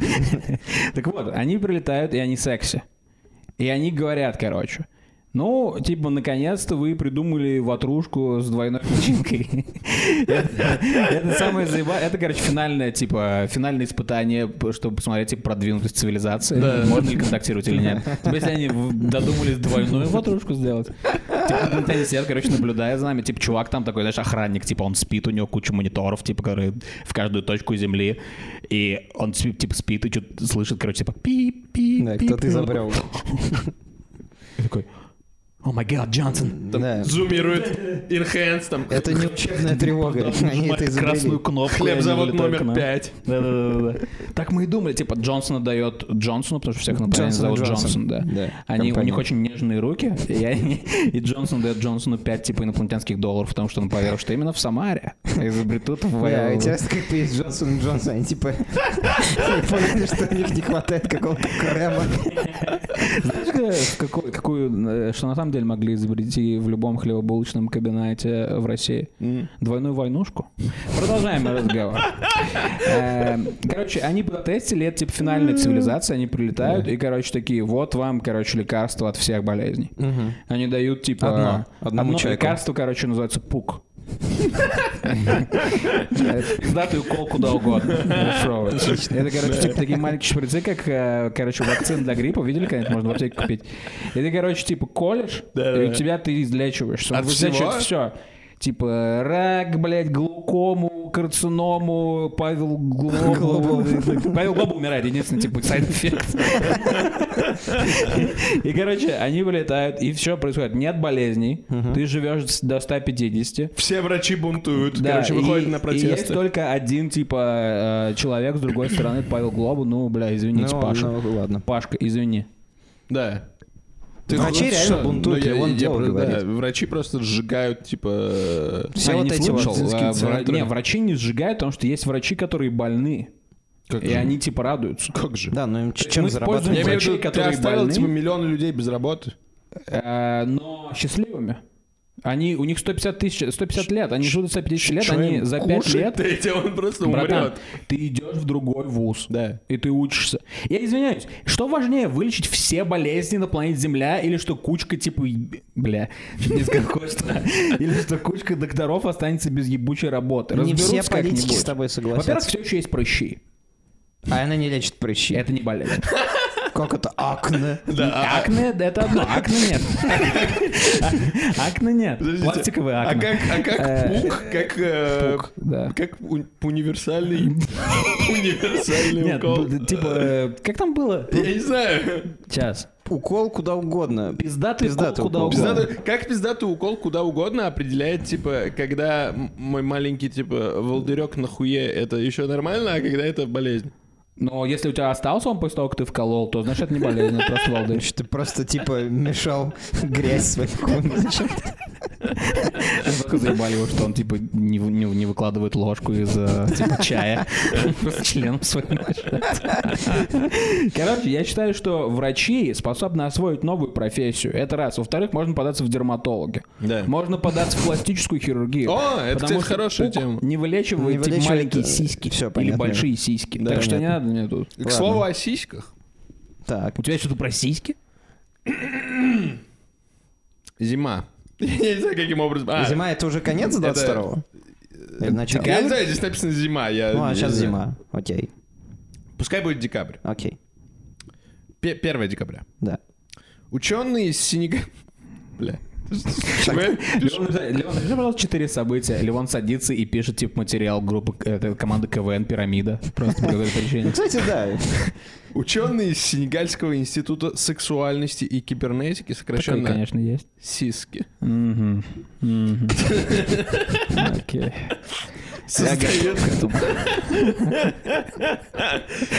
Так вот, они прилетают, и они секси. И они говорят, короче, ну, типа, наконец-то вы придумали ватрушку с двойной начинкой. Это это самое заеба... Это, короче, финальное, типа, финальное испытание, п- чтобы посмотреть, типа, продвинутость цивилизации. Можно ли контактировать или нет. Типа, если они в- додумались двойную ватрушку сделать. Типа, инопланетяне сидят, короче, наблюдая за нами. Типа, чувак там такой, знаешь, охранник, типа, он спит, у него куча мониторов, типа, которые в каждую точку Земли. И он, спи- типа, спит и что-то слышит, короче, типа, пип-пип. Да, кто ты изобрел? И такой, о май гад, Джонсон. Да. Зумирует, инхенс, там, Это не учебная тревога. Они это Нажимает красную изобрели. кнопку. хлебзавод и они летают к номер нам. пять. Да-да-да. Так мы и думали, типа Джонсона дает Джонсону, потому что всех например Джонсон и зовут Джонсон. Джонсон, да. Да, Они, у компания. них очень нежные руки, и, они- и Джонсон дает Джонсону 5 типа инопланетянских долларов, потому что он поверил, что именно в Самаре изобретут в... Да, интересно, как ты есть Джонсон и Джонсон. Они типа они поняли, что у них не хватает какого-то крема. Знаешь, э, в какой- какую, э, что на самом деле могли изобрести в любом хлебобулочном кабинете э, в России? Двойную войнушку. Продолжаем разговор. Э, Короче, они потестили, это типа финальная цивилизация, они прилетают и, короче, такие, вот вам, короче, лекарство от всех болезней. Они дают, типа... Одно. Одному одно человеку. лекарство, короче, называется пук. Пиздатый укол куда угодно. Хорошо. Это, короче, типа такие маленькие шприцы, как, э, короче, вакцин для гриппа. Видели, конечно, можно в аптеке купить. И ты, короче, типа колешь, и у тебя ты излечиваешься. Он От вылечивает всего? все. Типа рак, блядь, глукому, карциному, Павел Глобу. Павел Глобу умирает, единственный, типа, сайд-эффект. И, короче, они вылетают, и все происходит. Нет болезней, ты живешь с- до 150. Все врачи бунтуют, Да, короче, выходят и- на И есть протесты. только один, типа, э, человек с другой стороны, это Павел Глобу. Ну, бля, извините, Ну, Паша. ну, ладно. Пашка, извини. Да. Врачи ну, реально что? бунтуют, Ну, я- и он я дело про- говорит. да, Врачи просто сжигают, типа... Все А, я вот не эти слышал. вот А, медицинские вра- центры. Не, врачи не сжигают, потому что есть врачи, которые больны. Как и же? они, типа, радуются. Как же? Да, ну им ч- чем Мы используем Я зарабатывать? имею в врачей, виду, ты которые оставил, больны. типа, миллионы людей без работы. Э, но счастливыми. Они, у них 150 тысяч, 150 лет, они живут до 150 лет, Чё они им за 5 кушать лет дайте, он просто Братан, умрет. ты идешь в другой вуз. Да. И ты учишься. Я извиняюсь, что важнее, вылечить все болезни на планете Земля, или что кучка типа... еб- Бля, чуть не сказал кое-что. Или что кучка докторов останется без ебучей работы. Не Разберутся все политики как-нибудь. с тобой Во-первых, согласятся. все еще есть прыщи. А она не лечит прыщи. Это не болезнь. Как это акне? Акне — это одно, акне нет. Акне нет. Подождите, Пластиковые А акне. как, а как Э, пук, как... э, Пук, да. Как у- универсальный... Универсальный Нет, укол. б- типа, э, как там было? Я не знаю. Сейчас. Укол куда угодно. Пиздатый укол Пиздатый куда укол. угодно. Пиздатый- как пиздатый укол куда угодно определяет, типа, когда м- мой маленький, типа, волдырек на хуе, это еще нормально, а когда это болезнь? Но если у тебя остался он после того, как ты вколол, то значит это не болезнь, это просто волдырь. Значит, ты просто типа мешал грязь своим кулом. Зачем ты? Только заебали его, что он типа не, в- не в- не выкладывает ложку из э, типа, чая. Просто членом своим мешает. Короче, я считаю, что врачи способны освоить новую профессию. Это раз. Во-вторых, можно податься в дерматологи. Да. Можно податься в пластическую хирургию. О, это, кстати, Потому что хорошая пук тема. Не вылечивает, Не типа, вылечивает, маленькие э, сиськи всё или понятно. большие сиськи. Да, так что не понятно. надо мне тут. К слову о сиськах. Так. У тебя что-то про сиськи? Зима. Я не знаю, каким образом. А, э, Зима это уже конец 22-го? Или начало? Я не знаю, здесь написано зима. Я, Ну, а я сейчас не знаю. зима. Окей. Пускай будет декабрь. Окей. Пе- 1 декабря. Да. Ученые из Сенегала... Бля. Чего? Леон, Леон, напиши, пожалуйста, четыре события. Леон садится и пишет, типа, материал группы, это команды КВН «Пирамида». Просто по какой-то причине. Ну, кстати, да. Ученые из Сенегальского института сексуальности и кибернетики, Такое, сокращенно конечно, есть. СИСКИ, Мгм. Мгм. Окей. создают...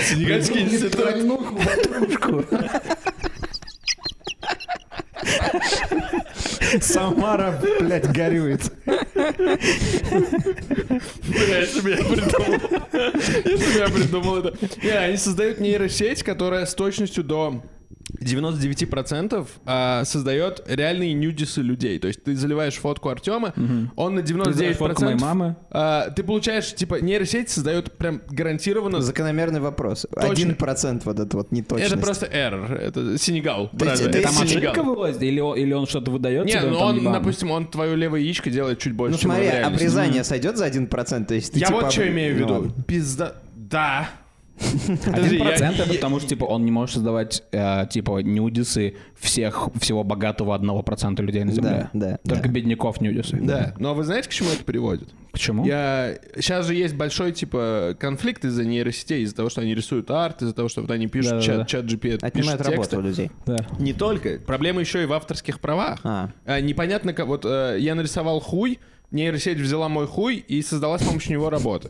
Сенегальский институт... Самара, блядь, горюет. Бля, если бы я придумал... Если бы я придумал это... Не, они создают нейросеть, которая с точностью до 99% а, создает реальные нюдисы людей. То есть ты заливаешь фотку Артема, он на 99%... Ты фотку моей мамы. а, ты получаешь, типа, нейросеть создает прям гарантированно... Закономерный вопрос. Точно. Один процент вот это вот неточность. Это просто error. Это Сенегал. правда, ты это Там Сенегал. ошибка вылазит? Или, он- или он что-то выдает Не, тебе? ну там он, ебаный? допустим, он твое левое яичко делает чуть больше, Ну чем смотри, оно в реальности. обрезание сойдет за один процент? То есть ты Я типа вот что обр- имею в Ну виду. ладно. Пизда... Да. Подожди, Один я- процент это потому, что типа он не может создавать э, типа нюдисы всех всего богатого одного процента людей на земле. да, Только да. бедняков нюдисы. Да. Но вы знаете, к чему это приводит? Почему? Я... Сейчас же есть большой, типа, конфликт из-за нейросетей, из-за того, что они рисуют арт, из-за того, что вот они пишут чат, Да-да-да. чат GPT, пишут Отнимает тексты. работу у людей. Да. Не только. Проблема еще и в авторских правах. А. Э, непонятно, как... Вот э, я нарисовал хуй, нейросеть взяла мой хуй и создала с помощью него работу.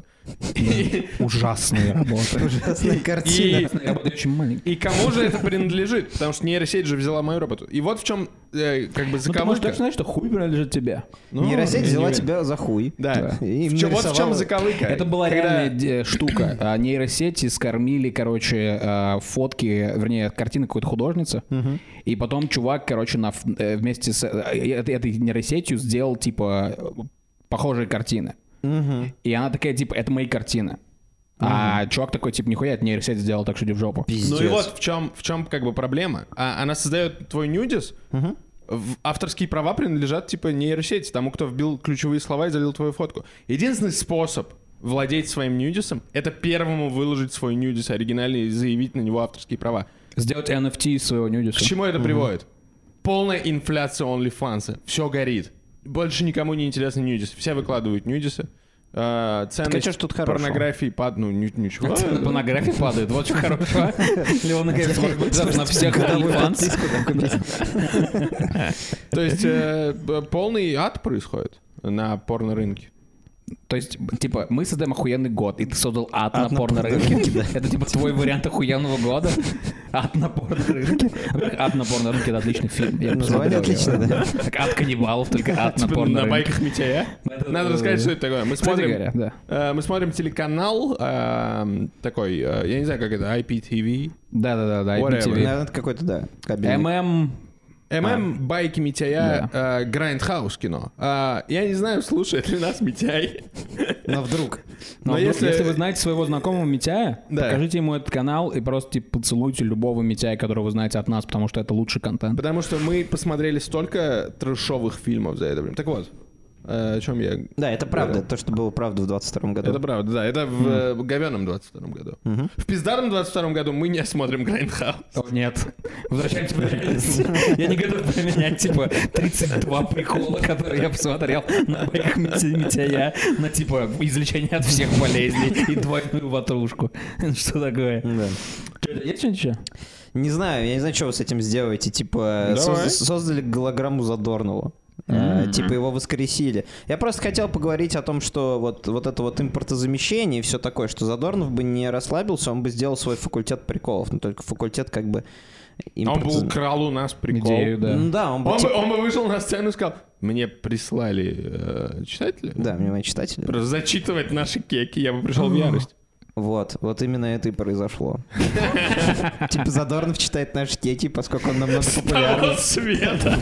И- Ужасные работы. Ужасная и- картина. Работы очень маленькие. И кому же это принадлежит? Потому что нейросеть же взяла мою работу. И вот в чем, э, как бы, Ну, ты можешь заковыка. точно знать, что хуй принадлежит тебе. Ну, Нейросеть взяла anyway. тебя за хуй. Да. И В чём- вот в чем нарисовала- заковыка. Это была Когда- реальная де- штука. А Нейросети скормили, короче, э, фотки, вернее, картины какой-то художницы. И потом чувак, короче, на, ф- э, вместе с э, э, этой нейросетью сделал, типа, э, похожие картины. И она такая, типа, это мои картины. А чувак такой, типа, нихуя, это нейросеть сделал, так что иди в жопу. Ну и вот в чем, в чем как бы проблема. А, она создает твой нюдис. В- Авторские права принадлежат типа нейросети, тому, кто вбил ключевые слова и залил твою фотку. Единственный способ владеть своим нюдисом — это первому выложить свой нюдис оригинальный и заявить на него авторские права. Сделать NFT из своего К нюдиса. чему это приводит? Полная инфляция OnlyFans. Все горит. Больше никому не интересны нюдисы. Все выкладывают нюдисы. А, а Ценность чё ж тут хорошего? порнографии пад... Ну, ни- ничего. Цены Порнографии падают, вот что хорошего. Леон наконец может быть зап- на всех OnlyFans. То есть э, б- полный ад происходит на порно-рынке. То есть, типа, мы создаем охуенный год, и ты создал ад, Ад на на порно-рынке. Это, типа, твой вариант охуенного года. Ад на порно-рынке. Ад на порно-рынке — это отличный фильм. Я Название посмотрел отличное, его. Так ад каннибалов, только ад на Типа на порно-рынке. байках Митяя. Надо рассказать, что это такое. Мы Кстати смотрим, говоря, да. э, мы смотрим телеканал эм, такой, э, я не знаю, как это, IPTV. Да-да-да, Whatever. IPTV. Наверное, это какой-то, да, кабинет. ММ... ММ, байки Митяя, э, Grindhouse кино. А, Я не знаю, слушает ли нас Митяй. Но вдруг. Но Но Ну, вдруг, если- если... вы знаете своего знакомого Митяя, Да. покажите ему этот канал и просто типа, поцелуйте любого Митяя, которого вы знаете от нас, потому что это лучший контент. Потому что мы посмотрели столько трешовых фильмов за это время. Так вот, э, о чем я... Да, это правда, то, что было правда в 22 году. Это правда, да. Это в э, говёном 22-м году. В пиздаром 22-м году мы не смотрим Grindhouse. О, нет. Возвращаемся в реальность. Я не готов поменять, типа, 32 прикола, которые я посмотрел на байках Мити- Митяя, на, типа, излечение от всех болезней и двойную ватрушку. Что такое? Да. Чё, Есть что-нибудь еще? Не знаю, я не знаю, что вы с этим сделаете. Типа, Давай. соз- создали голограмму Задорнова. Э, Типа его воскресили. Я просто хотел поговорить о том, что вот, вот это вот импортозамещение и все такое, что Задорнов бы не расслабился, он бы сделал свой факультет приколов, но только факультет как бы... Он бы импортозам- украл у нас прикол. Идею, да. Ну да, он бы... Он, бы, типа- он бы вышел на сцену и сказал, мне прислали э, читатели Да, мне мои читатели. просто зачитывать наши кеки, я бы пришел в ярость. Вот, вот именно это и произошло. Типа Задорнов читает наши кеки, поскольку он намного популярнее. Того света.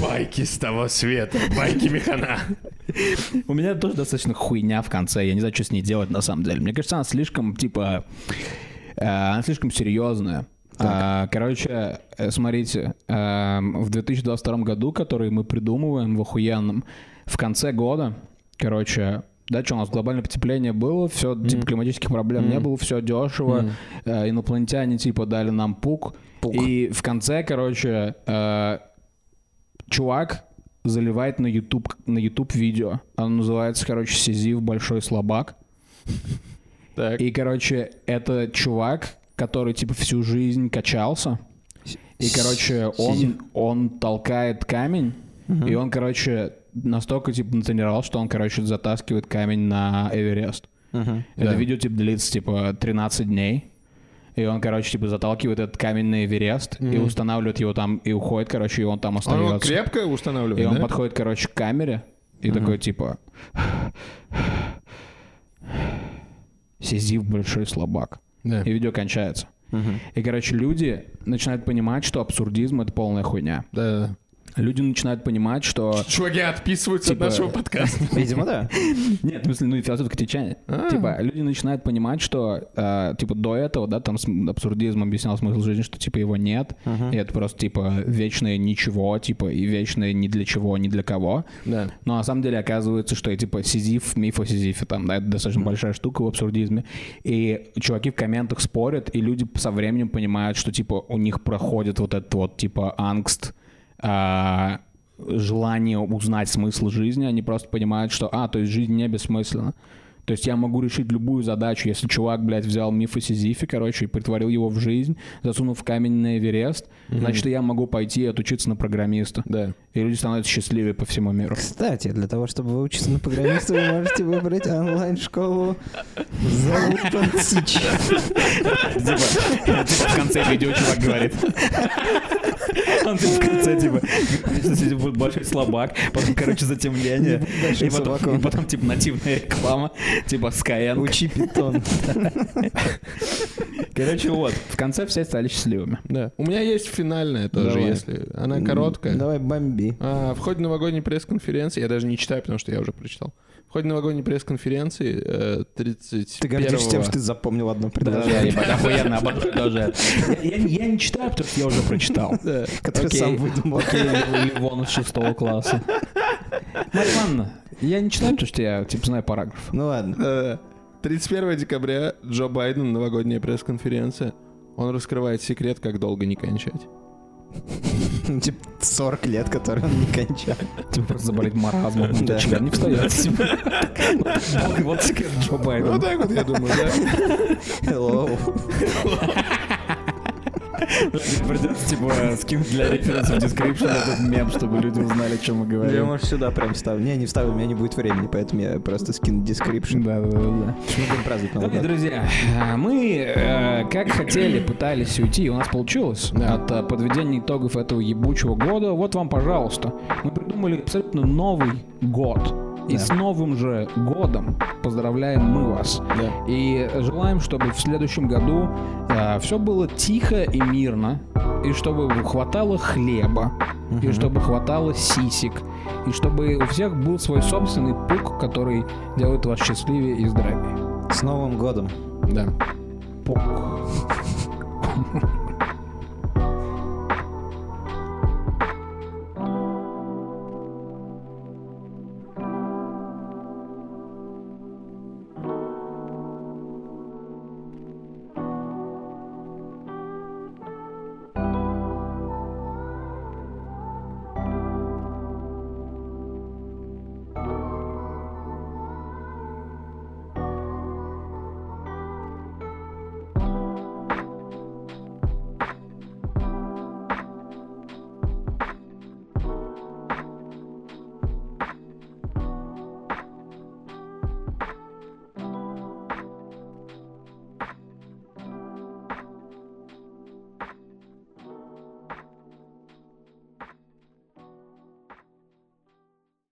Байки с того света. Байки механа. У меня тоже достаточно хуйня в конце. Я не знаю, что с ней делать на самом деле. Мне кажется, она слишком, типа, э, она слишком серьезная. А, Короче, э, смотрите, эм, в 2022 году, который мы придумываем в охуенном, в конце года, короче, да, что у нас глобальное потепление было, все, типа, климатических проблем не было, все дешево, э, инопланетяне, типа, дали нам пук. И в конце, короче, э, чувак заливает на YouTube, на YouTube видео. Оно называется, короче, Сизиф Большой Слабак. Так. И, короче, это чувак, который, типа, всю жизнь качался. И, короче, он, он толкает камень. И он, короче, настолько, типа, натренировал, что он, короче, затаскивает камень на Эверест. Это видео, типа, длится, типа, 13 дней. И он, короче, типа, заталкивает этот камень на Эверест и устанавливает его там, и уходит, короче, и он А там Он остается. его крепко устанавливает, И он да? подходит, короче, к камере и такой типа... Сизиф большой слабак. Да. Э. И видео кончается. И, короче, люди начинают понимать, что абсурдизм — это полная хуйня. Да. Люди начинают понимать, что... Чуваки отписываются Типа- от нашего подкаста. Видимо, да. Нет, в смысле, ну и философское течение. А. Типа, люди начинают понимать, что, э, типа, до этого, да, там с м- абсурдизм объяснял смысл жизни, что, типа, его нет, и это просто, типа, вечное ничего, типа, и вечное ни для чего, ни для кого. Да. Но на самом деле оказывается, что, типа, Сизиф, миф о Сизифе, там, да, это достаточно большая штука в абсурдизме. И чуваки в комментах спорят, и люди со временем понимают, что, типа, у них проходит вот этот вот, типа, ангст, а, желание узнать смысл жизни, они просто понимают, что, а, то есть жизнь не бессмысленна. То есть я могу решить любую задачу, если чувак, блядь, взял миф о Сизифе, короче, и притворил его в жизнь, засунул в камень на Эверест, значит, и я могу пойти и отучиться на программиста. Да. И люди становятся счастливее по всему миру. Кстати, для того, чтобы выучиться на программиста, вы можете выбрать онлайн-школу Залупанцич. Типа, в конце видео чувак говорит. Он в конце, типа, будет большой слабак, потом, короче, затемнение, большим и потом- слабаком. и потом, типа, нативная реклама, типа, Skyeng. Учи питон. Короче, вот, в конце все стали счастливыми. Да. У меня есть финальная тоже, Давай. если она короткая. Давай бомби. А, в ходе новогодней пресс-конференции, я даже не читаю, потому что я уже прочитал. В ходе новогодней пресс-конференции э, 31 Ты гордишься тем, что ты запомнил одно Я предложение, ебать, охуенно а обожаю тоже. Я- я- Я не читаю, потому что я уже прочитал. Да. которое сам выдумал. Окей, Ливон из шестого класса. Марья Ивановна, я не читаю, потому что я, типа, знаю параграф. Ну ладно. Э, 31 декабря Джо Байден, новогодняя пресс-конференция. Он раскрывает секрет, как долго не кончать. Ну, Типа 40 лет, которые он не кончал. Типа, просто заболеть маразмом. Да. Да. Член не встает. Типа, вот- Вот секрет Джо Байдена. Вот так вот, я думаю, да? Hello. Придется, типа, скинуть для референса в description этот мем, чтобы люди узнали, о чем мы Я, говорим. может, сюда прям вставлю. Не, не вставлю, у меня не будет времени, поэтому я просто скину description. Да, да, да. Мы будем праздновать Новый Дорогие год. друзья, а, мы э, как хотели, пытались уйти, и у нас получилось от э, подведения итогов этого ебучего года. Вот вам, пожалуйста, мы придумали абсолютно новый год. И Да. с новым же годом поздравляем мы вас. Да. И желаем, чтобы в следующем году все было тихо и мирно, и чтобы хватало хлеба, и чтобы хватало сисек, и чтобы у всех был свой собственный пук, который делает вас счастливее и здоровее. С Новым годом. Да. Пук.